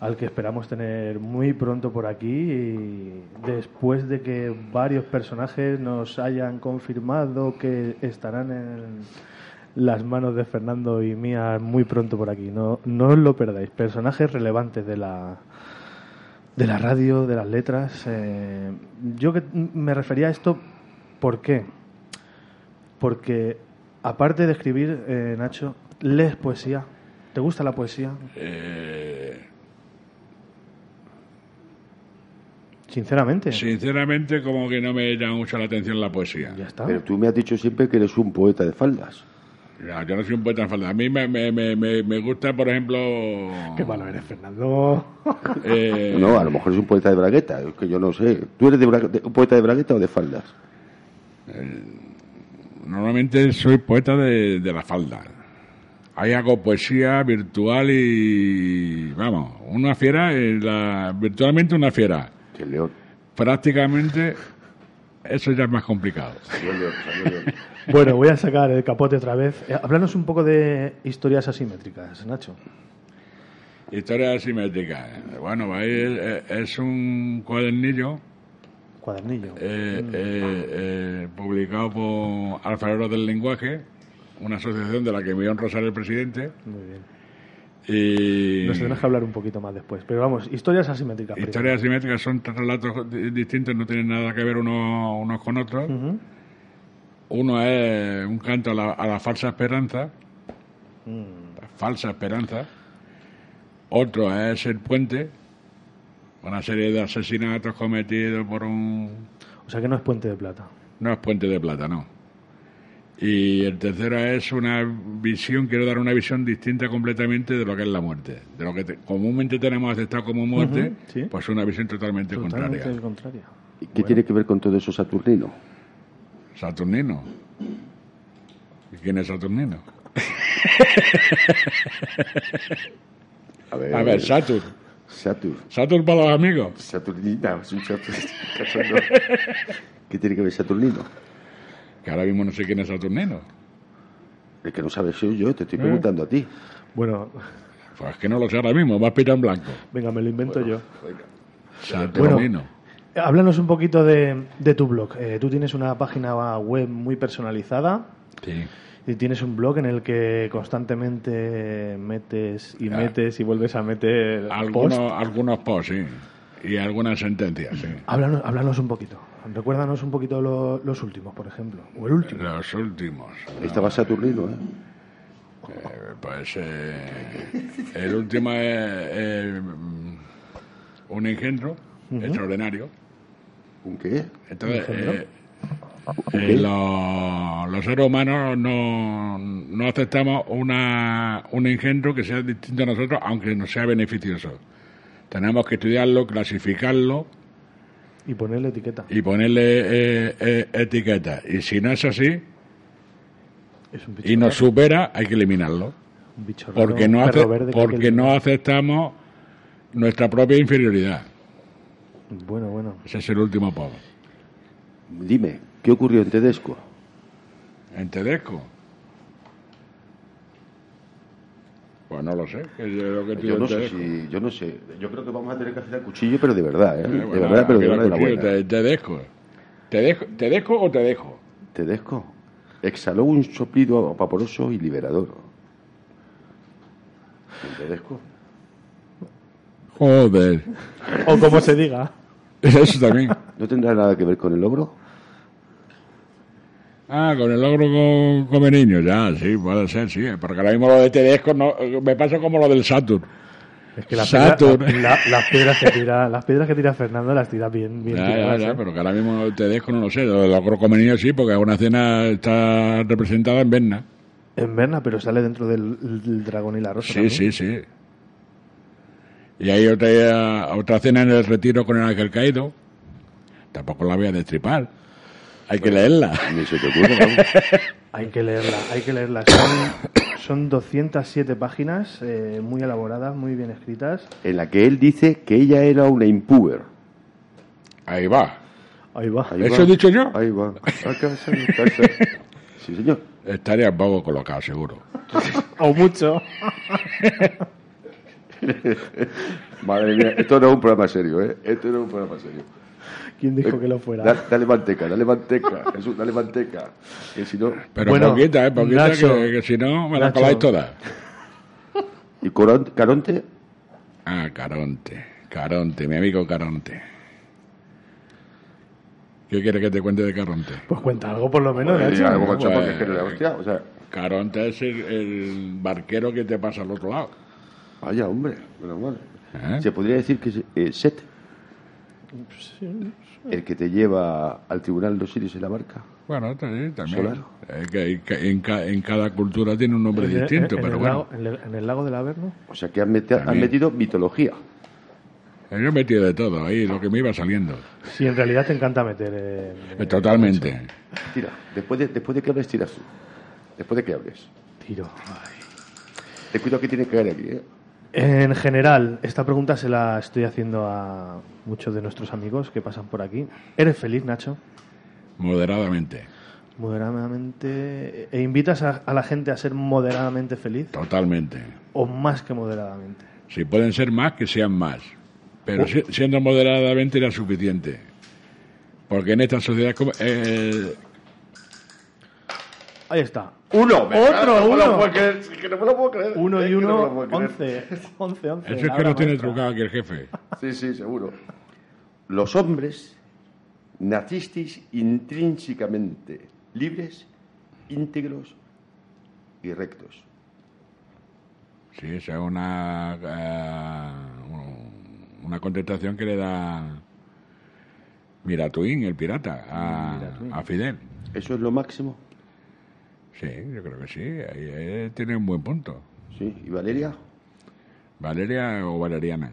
al que esperamos tener muy pronto por aquí y después de que varios personajes nos hayan confirmado que estarán en las manos de Fernando y mía muy pronto por aquí. No, no os lo perdáis. Personajes relevantes de la de la radio, de las letras. eh, yo que me refería a esto, ¿por qué? Porque aparte de escribir, eh, Nacho, lees poesía. ¿Te gusta la poesía?
Eh,
Sinceramente.
sinceramente, como que no me llama mucho la atención la poesía.
Ya está.
Pero tú me has dicho siempre que eres un poeta de faldas.
Ya, yo no soy un poeta en falda. A mí me, me- me- me- me gusta, por ejemplo.
Qué malo eres, Fernando.
eh,
No, a lo mejor es un poeta de bragueta, es que yo no sé. ¿Tú eres de bra- de- un poeta de bragueta o de faldas?
Normalmente soy poeta de, de la falda. Ahí hago poesía virtual y. Vamos, una fiera, eh, la- virtualmente una fiera.
Sí, el león.
Prácticamente, eso ya es más complicado.
Salió el león, salió el león.
Bueno, voy a sacar el capote otra vez. Eh, Háblanos un poco de historias asimétricas, Nacho.
Historia asimétrica. eh. Bueno, ahí es, eh, es un cuadernillo
Cuadernillo.
eh, eh, eh, publicado por Alfareros del Lenguaje, una asociación de la que Millón Rosario el presidente.
Muy bien.
Y
Nos tendrás que hablar un poquito más después. Pero vamos, historias asimétricas. primero.
historias asimétricas son tres relatos di- distintos, no tienen nada que ver uno- unos con otros.
Ujú.
Uno es un canto a la, a la falsa esperanza,
Mm,
la falsa esperanza. Otro es el puente, una serie de asesinatos cometidos por un
O sea que no es Puente de Plata.
No es puente de plata, no. Y el tercero es una visión, quiero dar una visión distinta completamente de lo que es la muerte. De lo que te- comúnmente tenemos aceptado como muerte,
Ujú, sí.
pues una visión totalmente,
Totalmente
contraria.
contraria.
¿Y ¿Qué tiene que ver con todo eso Saturnino?
Saturnino. ¿Y quién es Saturnino?
A ver,
A ver, Saturn.
Satur.
Saturn para los amigos.
Saturnina, es un Satur- cachondo. ¿Qué tiene que ver Saturnino?
Que ahora mismo no sé quién es Saturnino.
El que no sabes soy yo, te estoy preguntando a ti.
Bueno,
Pues es que no lo sé ahora mismo, más pita en blanco.
venga, me lo invento yo.
Saturnino.
Háblanos un poquito de, de tu blog. Eh, tú tienes una página web muy personalizada
Sí.
y tienes un blog en el que constantemente metes y
Ah.
metes y vuelves a meter
Algunos
posts.
posts, algunos posts, sí. Y algunas sentencias, sí.
Háblanos, háblanos un poquito. Recuérdanos un poquito lo- los últimos, por ejemplo. O el último.
Los últimos.
Ahí Estaba Saturnino, ¿eh?
Eh, Pues eh, el último es eh, mm, un engendro extraordinario.
¿Un qué?
Entonces,
¿Engendro?
eh, eh, los, los seres humanos no, no aceptamos una, un engendro que sea distinto a nosotros, aunque no sea beneficioso. Tenemos que estudiarlo, clasificarlo
Y ponerle etiqueta.
y ponerle eh, eh, etiqueta. Y si no es así
Es un bicho
y nos
raro,
supera, hay que eliminarlo.
un bicho raro,
porque
un
no
perro
ace-
verde que
porque
aquel-
no aceptamos nuestra propia inferioridad.
Bueno, bueno.
Ese es el último pavo.
Dime, ¿qué ocurrió en Tedesco?
¿En Tedesco? Pues no lo sé. que yo creo que tú
Yo
en
no sé
Tedesco.
si, yo no sé. Yo creo que vamos a tener que hacer el cuchillo, pero de verdad, ¿eh?
Eh,
De
bueno,
verdad, pero de
mira,
verdad de la
cuchillo,
buena.
te- Tedesco. Tedesco. ¿Tedesco o te dejo?
Tedesco exhaló un soplido vaporoso y liberador. ¿El Tedesco?
Joder.
O como se diga.
Eso también.
¿No tendrá nada que ver con el ogro?
Ah, con el logro con, come niños, ya, sí, puede ser, sí. Porque ahora mismo lo de Tedesco no, me pasa como lo del Saturn.
Es que las piedras,
Saturn.
la- las piedras que tira, las piedras que tira Fernando las tira bien, bien
Ya, ya,
tiradas,
ya,
¿eh?
pero que ahora mismo te dejo, no lo sé. Lo de los crocomenios sí, porque una cena está representada en Berna.
En Berna, pero sale dentro del, del dragón y la rosa.
Sí, sí, sí. Y hay otra, otra cena en el retiro con el ángel caído. Tampoco la voy a destripar. Hay que leerla.
Ni se te ocurre, vamos.
Hay que leerla, hay que leerla. Son, son 207 páginas, eh, muy elaboradas, muy bien escritas.
En la que él dice que ella era una impúber.
Ahí va.
Ahí va.
Ahí
¿Eso he dicho yo?
Ahí va. A casa, a casa. Sí, señor.
Estaría un poco colocado, seguro.
O mucho.
Madre mía, esto no es un programa serio, ¿eh? Esto no es un programa serio.
¿Quién
Eh,
dijo que lo fuera?
Da- dale manteca, dale manteca, Jesús, dale manteca. Que si no...
Pero
Bueno,
poquita, ¿eh? Poquita,
Nacho.
que, que si no me la
Nacho.
coláis toda.
¿Y Coron- Caronte?
Ah, Caronte. Caronte, mi amigo Caronte. ¿Qué quieres que te cuente de Caronte?
Pues cuenta algo por lo menos,
Eh,
Nacho.
algo macho,
Bueno.
porque es que no le hostia, o sea,
Caronte es el, el barquero que te pasa al otro lado.
vaya hombre, menos mal.
¿eh?
Se podría decir que es eh, Set, el que te lleva al tribunal de Osiris en la barca.
Bueno, t- sí, también.
Solar.
Eh, que- que en, ca- en cada cultura tiene un nombre
En el-
distinto,
en
pero
el
bueno.
lago- en, el, en el lago del Averno.
O sea que han, meti- han
También.
metido mitología.
eh, Yo metí de todo ahí, lo que me iba saliendo.
Sí, en realidad te encanta meter. eh,
Eh, Totalmente.
Tira, después de, después de que hables, tiras tú. Después de que hables.
tiro.
Te cuido que tiene que caer aquí, ¿eh?
En general, esta pregunta se la estoy haciendo a muchos de nuestros amigos que pasan por aquí. ¿Eres feliz, Nacho?
Moderadamente.
Moderadamente. ¿E invitas a, a la gente a ser moderadamente feliz?
Totalmente.
¿O más que moderadamente?
Si pueden ser más, que sean más. Pero si-
Oh.
siendo moderadamente era suficiente. Porque en esta sociedad como- eh,
Ahí está.
¡Uno!
me Otro, cago, no me lo uno. puedo
que no me lo puedo creer.
Uno y uno, once. Once, once.
eso es que
Ahora,
lo tiene
maestra.
trucado aquí el jefe.
Sí, sí, seguro. Los hombres nacisteis intrínsecamente libres, íntegros y rectos.
Sí, esa es una, eh, una contestación que le da Miratuín, el pirata, a, a Fidel.
¿Eso es lo máximo?
Sí, yo creo que sí. ahí, eh, tiene un buen punto.
Sí. ¿Y Valeria?
Valeria o Valeriana.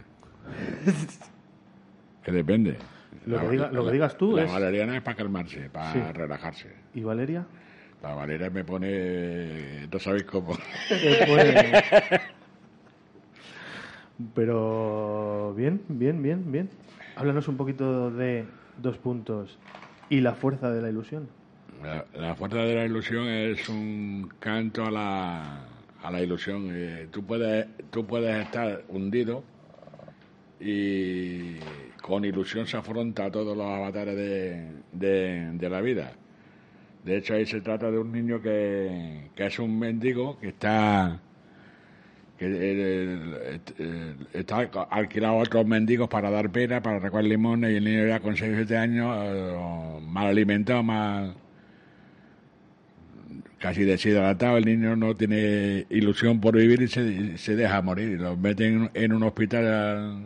que depende.
Lo que
La-
diga- lo
la-
que digas tú
La
es-
Valeriana es para calmarse, para
Sí.
relajarse.
¿Y Valeria?
La Valeria me pone. No sabéis cómo.
Después. Pero bien, bien, bien, bien. Háblanos un poquito de dos puntos y la fuerza de la ilusión.
La, la fuerza de la ilusión es un canto a la, a la ilusión. Eh, tú, puedes, tú puedes estar hundido y con ilusión se afronta a todos los avatares de, de- de la vida. De hecho, ahí se trata de un niño que, que es un mendigo que está que eh, eh, está alquilado a otros mendigos para dar pena, para recoger limones, y el niño ya con 6 o 7 años, eh, mal alimentado, mal, casi deshidratado, el niño no tiene ilusión por vivir y se, se deja morir. Y lo meten en un hospital,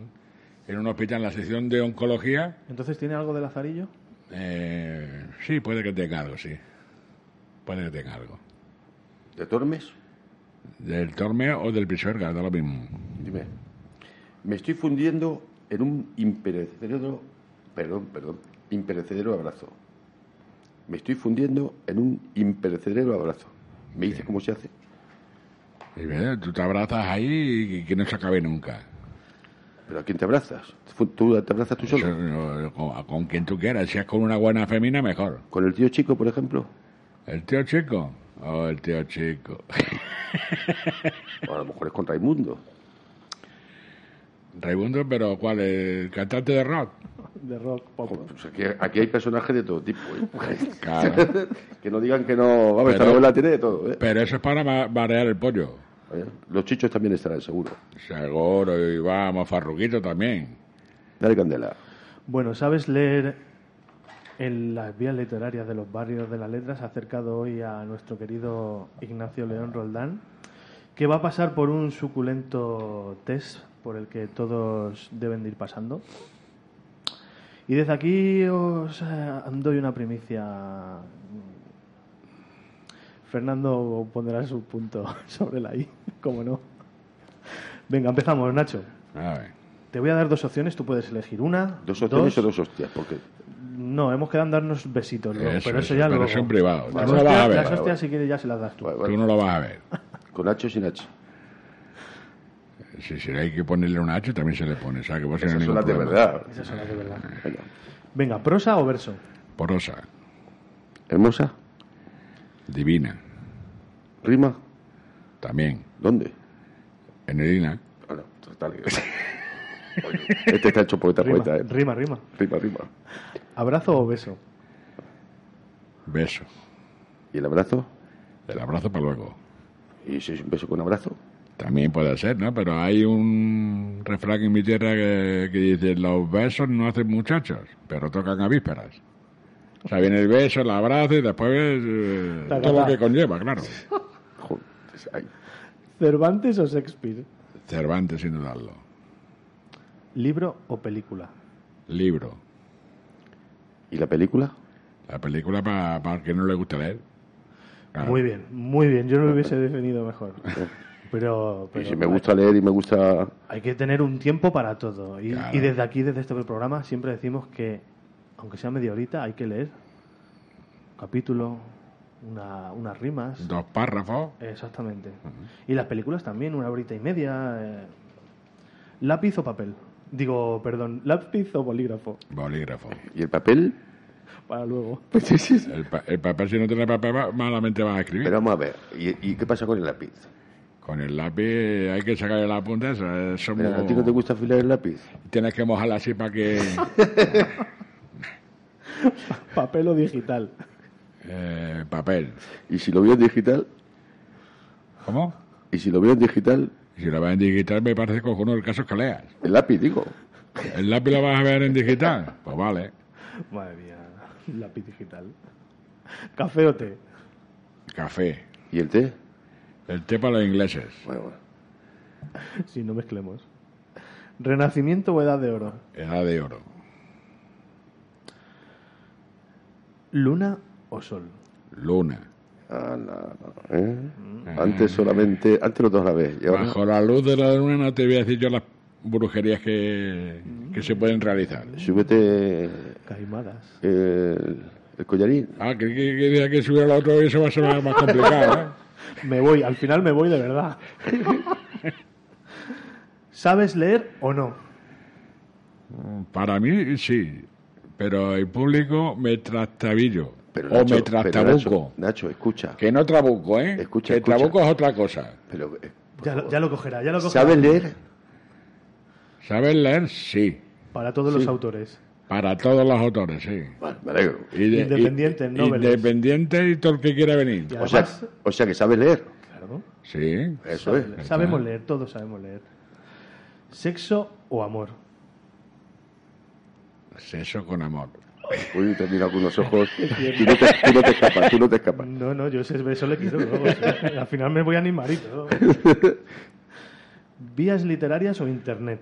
en un hospital en la sección de oncología.
Entonces, ¿tiene algo de Lazarillo?
Eh, sí, puede que tenga algo, sí. Puede que tenga algo.
¿De Tormes?
Del torneo o del Pisuerga, da lo mismo.
Dime. Me estoy fundiendo en un imperecedero. Perdón, perdón. Imperecedero abrazo. Me estoy fundiendo en un imperecedero abrazo. ¿Me dices cómo se hace?
Y ve, tú te abrazas ahí y que no se acabe nunca.
¿Pero a quién te abrazas? ¿Fu- ¿Tú te abrazas tú
Eso,
solo?
no, con, con quien tú quieras, si es con una buena femina, mejor.
¿Con el tío chico, por ejemplo?
¿El tío chico? Oh, el tío chico.
O a lo mejor es con Raimundo.
Raimundo, pero ¿cuál? ¿El cantante de rock?
De rock, pop.
Joder, pues aquí, aquí hay personajes de todo tipo. ¿eh?
Claro.
que no digan que no. Vamos, esta
Pero-
novela tiene de todo. ¿eh?
Pero eso es para ba- barear el pollo.
¿Eh? Los chichos también estarán, seguro.
Seguro, y vamos, Farruquito también.
Dale candela.
Bueno, ¿sabes leer en las vías literarias de los barrios de las letras? Acercado hoy a nuestro querido Ignacio León Roldán, que va a pasar por un suculento test por el que todos deben de ir pasando. Y desde aquí os eh, doy una primicia. Fernando pondrá su punto sobre la I, como no. Venga, empezamos, Nacho.
A ver.
Te voy a dar dos opciones, tú puedes elegir una.
Dos hostias o dos hostias, porque
No, hemos quedado en darnos besitos luego,
Eso,
pero eso
eso,
ya
pero
lo.
eso en privado.
Las
Tú no
hostias,
vas a ver.
las hostias, si quieres, ya se las das tú.
Vale,
Tú
vale.
no lo vas a ver.
con H o sin H.
Si, si hay que ponerle un H, también se le pone. O sea, que vos
Esas
no
son las de
problema.
verdad.
Esas son las de verdad.
Venga.
Venga, prosa o verso.
Porosa,
Hermosa,
divina,
rima,
también.
¿dónde?
Enerina,
Ah, no, mortales. Oye, este está hecho poeta,
Rima,
poeta, ¿eh?
rima, rima.
Rima, rima.
¿Abrazo o beso?
Beso.
¿Y el abrazo?
El abrazo para luego.
¿Y si es un beso con abrazo?
También puede ser, ¿no? Pero hay un refrán en mi tierra que, que dice, los besos no hacen muchachos, pero tocan a vísperas. O sea, viene el beso, el abrazo y después eh,
La
todo lo
gata.
que conlleva, claro.
Joder, ay.
¿Cervantes o Shakespeare?
Cervantes, sin dudarlo.
¿Libro o película?
Libro.
¿Y la película?
La película para el que no le gusta leer. Claro.
Muy bien, muy bien. Yo no lo hubiese definido mejor.
Y
Pero, pero
si me gusta leer y me gusta...
hay que tener un tiempo para todo. Y,
Claro.
y desde aquí, desde este programa, siempre decimos que, aunque sea media horita, hay que leer un capítulo, una- unas rimas.
Dos párrafos.
Exactamente. Y las películas también, una horita y media. eh. Lápiz o papel. Digo, perdón, lápiz o bolígrafo.
Bolígrafo.
¿Y el papel?
Para luego.
El, pa- el papel, si no tiene papel, va- malamente vas a escribir.
Pero vamos a ver, ¿y, y qué pasa con el lápiz?
Con el lápiz hay que sacar la punta. Esa. Eso
¿Pero ¿A
no-
ti no te gusta afilar el lápiz?
Tienes que mojarla así para que...
Papel o digital.
eh, papel.
¿Y si lo veo en digital?
¿Cómo?
¿Y si lo veo en digital?
Si lo vas en digital me parece cojonudo el caso que leas.
El lápiz, digo.
¿El lápiz lo vas a ver en digital? Pues vale.
Madre mía, lápiz digital. Café o té.
Café.
¿Y el té?
El té para los ingleses.
Bueno, bueno.
Si no mezclemos. Renacimiento o edad de oro.
Edad de oro.
Luna o sol.
Luna.
Ala, ¿eh? Antes solamente, antes los dos a la vez. Y ahora,
Bajo la luz de la luna no te voy a decir yo las brujerías que, que se pueden realizar.
súbete
Caimadas.
el, el collarín.
Ah, que quería que subiera el otro y eso va a ser más complicado, ¿eh?
Me voy, al final me voy de verdad. ¿Sabes leer o no?
Para mí, sí. Pero el público me trastabillo.
Pero
o me
pero
trastabuco.
Nacho, Nacho, escucha.
Que no trabuco, ¿eh?
Escucha,
que
escucha.
trabuco es otra cosa.
Pero, eh, por
Ya, lo-
favor.
ya lo cogerá, ya lo cogerá.
¿Sabes leer?
¿Sabes leer? Sí.
Para todos los autores.
Para todos los autores, sí.
Bueno, me alegro.
Y de-
Independientes,
y-
noveles.
Independiente y todo el que quiera venir.
Y
O sea,
además,
o sea que sabes leer.
claro,
Sí.
Eso es.
sabe- sabemos leer, todos sabemos leer. ¿Sexo o amor?
Sexo con amor.
Uy, te mira con unos ojos. Tú no, te, tú no te escapas, tú no te escapas.
No, no, yo ese beso le quiero luego. sí. Al final me voy a animar y todo. ¿Vías literarias o internet?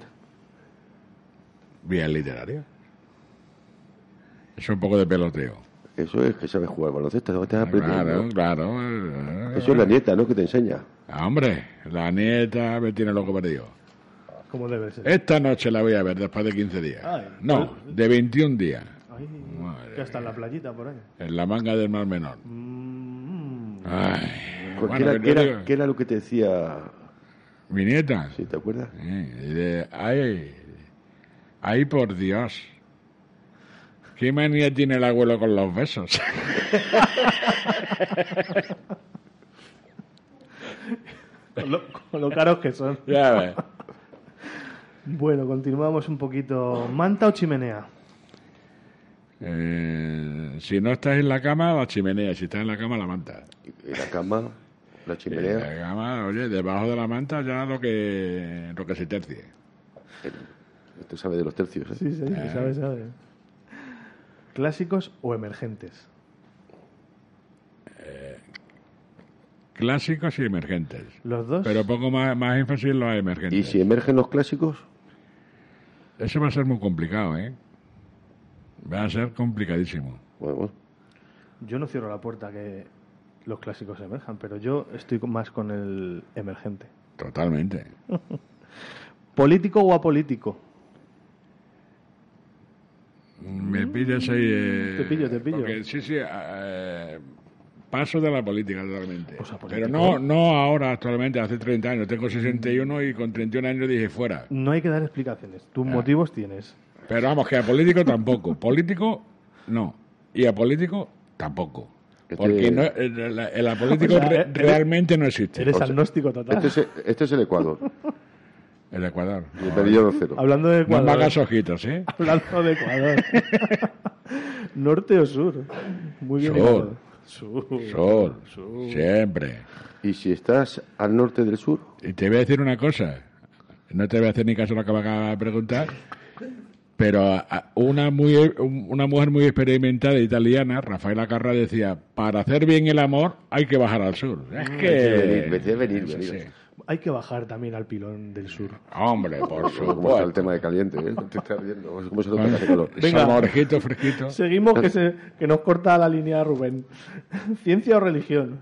Vía literaria. Es un poco de peloteo.
Eso es que sabes jugar al baloncesto, no estás aprendiendo.
Ah, Claro, claro.
Eso es la nieta, ¿no? Que te enseña.
Ah, Hombre, la nieta me tiene loco perdido.
Como debe ser.
Esta noche la voy a ver después de 15 días.
Ay. pues-
no, de 21 días.
Ay,
Madre
que hasta en la playita por ahí. Mm.
En la manga del Mar Menor. Ay,
¿Qué, era,
bueno, que
qué
no
era-
digo-
qué era lo que te decía?
Mi nieta.
¿Sí, ¿Te acuerdas?
Sí, y de- ay, ay, por Dios. ¿Qué manía tiene el abuelo con los besos?
Con lo, con lo caros que son.
ya ves.
Bueno, continuamos un poquito. ¿Manta o chimenea?
Eh, si no estás en la cama, la chimenea. Si estás en la cama, la manta.
Y La cama, la
En
chimenea.
la cama, oye, debajo de la manta ya lo que, lo que se tercie.
Tú sabes de los tercios, ¿eh?
Sí, sí, sí, sabe, sabe. ¿Clásicos o emergentes?
Clásicos y emergentes.
Los dos.
Pero pongo más, más énfasis en los
¿Y
emergentes.
si emergen los clásicos?
Eso va a ser muy complicado, ¿eh? Va a ser complicadísimo.
Bueno, bueno.
Yo no cierro la puerta que los clásicos emerjan, pero yo estoy con- más con el emergente.
Totalmente.
¿Político o apolítico?
Me pillas ahí. eh,
Te pillo, te pillo.
porque sí, sí. eh, paso de la política totalmente.
Pues apolítico.
Pero no, no ahora, actualmente, hace 30 años. Tengo 61 y con 31 años dije fuera.
No hay que dar explicaciones.
Ah.
Tus motivos tienes.
Pero vamos, que a político tampoco. Político, no. Y a político, tampoco.
Este-
Porque no, el, el- el apolítico
O sea,
re-
Pues, eh, eres-
realmente no existe.
Eres agnóstico total.
Este es, este es el Ecuador.
El Ecuador.
Y el periodo cero.
Hablando de
No me
Ecuador.
hagas ojitos, ¿eh?
Hablando de Ecuador. ¿Norte o sur? Muy bien.
Sur.
Ecuador. Sur.
Sol, siempre.
Y si estás al norte del sur,
Y te voy a decir una cosa. No te voy a hacer ni caso a lo que me acabas de preguntar. Pero a- a- una, muy, una mujer muy experimentada italiana, Rafaela Carra, decía: para hacer bien el amor hay que bajar al sur. Es que.
venir, Mm, hay que venir,
Sí,
venir.
sí.
Hay que bajar también al pilón del sur.
Hombre, por
como está el
supuesto.
tema de caliente, ¿eh? Te está viendo. ¿Cómo se nota que hace calor?
Venga.
Salmorejito, fresquito.
Seguimos que, se, que nos corta la línea Rubén. ¿Ciencia o religión?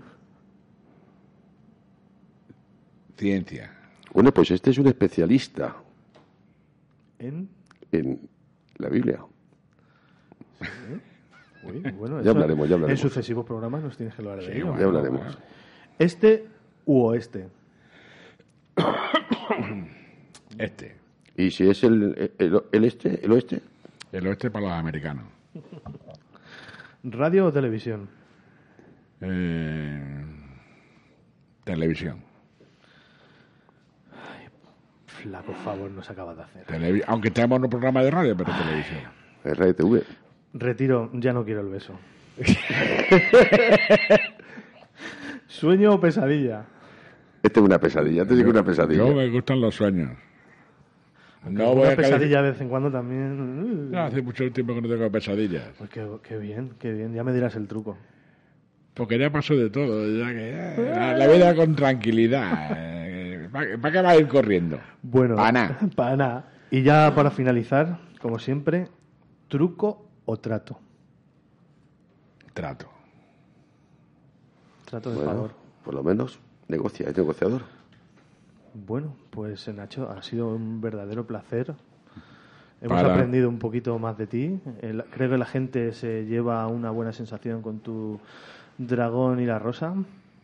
Ciencia.
Bueno, pues este es un especialista
¿En?
en la Biblia.
Uy, bueno,
Ya hablaremos, ya hablaremos.
En sucesivos programas nos tienes que hablar de
Sí,
ello.
bueno.
Ya hablaremos.
¿Este u oeste?
Este.
Y si es el, el, el este, el oeste,
El oeste para los americanos.
¿Radio o televisión?
Eh, televisión.
Flaco favor nos acabas de hacer.
Televi- Aunque estemos en un programa de radio,
Ah,
pero televisión.
es Radio TV.
Retiro, ya no quiero el beso. ¿Sueño o pesadilla?
Este es una pesadilla, antes de que una pesadilla.
Yo me gustan los sueños. No voy
Una
a calificar-
pesadilla de vez en cuando también.
No, hace mucho tiempo que no tengo pesadillas.
Pues qué, qué bien, qué bien. Ya me dirás el truco.
Porque ya pasó de todo. ya que, eh, la,
Ah.
la vida con tranquilidad. eh, ¿Para para qué va a ir corriendo?
Bueno,
Pa' na.
pa' na. Y ya para finalizar, como siempre, truco o trato.
Trato.
Trato de
Bueno,
favor.
por lo menos negocia, es negociador.
Bueno, pues eh, Nacho, ha sido un verdadero placer. Hemos
Para.
aprendido un poquito más de ti. El- creo que la gente se lleva una buena sensación con tu dragón y la rosa.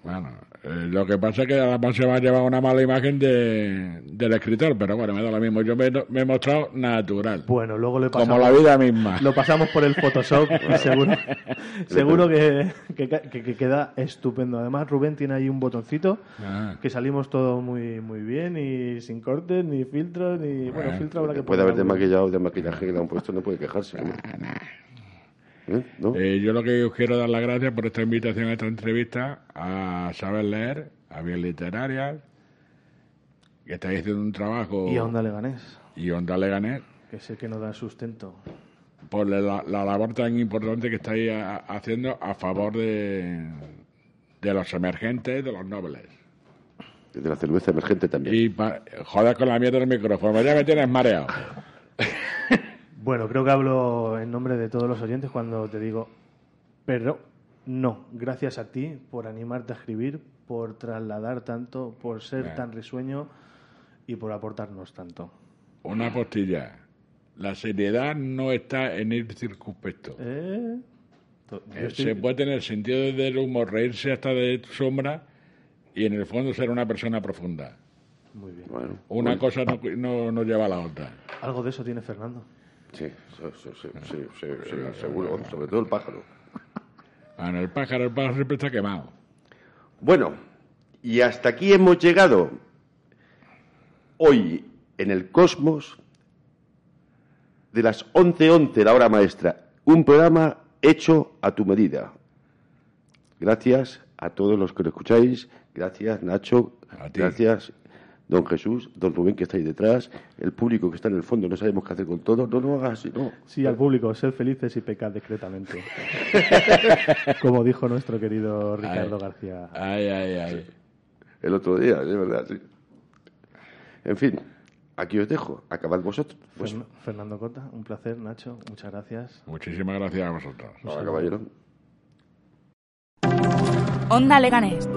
Bueno, eh, lo que pasa es que además se va a llevar una mala imagen de, del escritor, pero bueno, me da lo mismo. Yo me, me he mostrado natural.
Bueno, luego le pasamos,
Como la vida misma.
lo pasamos por el Photoshop y seguro, seguro que, que ca- que- que queda estupendo. Además, Rubén tiene ahí un botoncito
Ah.
que salimos todos muy muy bien y sin cortes, ni filtros, ni... Bueno,
Bueno,
filtro habrá que
Puede haber
poner alguno.
desmaquillado de maquillaje que le han puesto, no puede quejarse. ¿no? ¿Eh? ¿No?
Eh, yo lo que os quiero dar las gracias por esta invitación a esta entrevista a Saber Leer, a Bien Literaria, que estáis haciendo un trabajo
Y a Onda Leganés,
y Onda Leganés
que es el que nos da sustento.
por la, la labor tan importante que estáis a- haciendo a favor de, de los emergentes, de los nobles.
De la cerveza emergente también.
Y pa- joder con la mierda del micrófono, ya me tienes mareado.
Bueno, creo que hablo en nombre de todos los oyentes cuando te digo, pero no, gracias a ti por animarte a escribir, por trasladar tanto, por ser
Bien.
tan risueño y por aportarnos tanto.
Una postilla. La seriedad no está en ir circunspecto.
¿Eh? To- yo
Eh,
estoy-
Se puede tener sentido del humor, reírse hasta de tu sombra y en el fondo ser una persona profunda.
Muy bien.
Bueno,
Una
muy-
cosa no, no- no lleva a la otra.
Algo de eso tiene Fernando.
Sí, sí, sí, sí, sí, sí,
Eh,
sí, seguro, sobre todo el pájaro.
En el pájaro, el pájaro siempre está quemado.
Bueno, y hasta aquí hemos llegado. Hoy, en el Cosmos, de las 11.11, la hora maestra, un programa hecho a tu medida. Gracias a todos los que lo escucháis. Gracias, Nacho.
A ti.
Gracias, don Jesús, don Rubén, que está ahí detrás. El público que está en el fondo, no sabemos qué hacer con todo. No, no hagas así, no.
Sí, al público, sed felices y pecad discretamente. Como dijo nuestro querido Ricardo García.
Ay, ay, ay.
El otro día, de verdad, sí. En fin, aquí os dejo. Acabad vosotros. Pues,
Fern- Fernando Cota, un placer, Nacho, muchas gracias.
Muchísimas gracias a vosotros.
caballero.
Onda Leganés.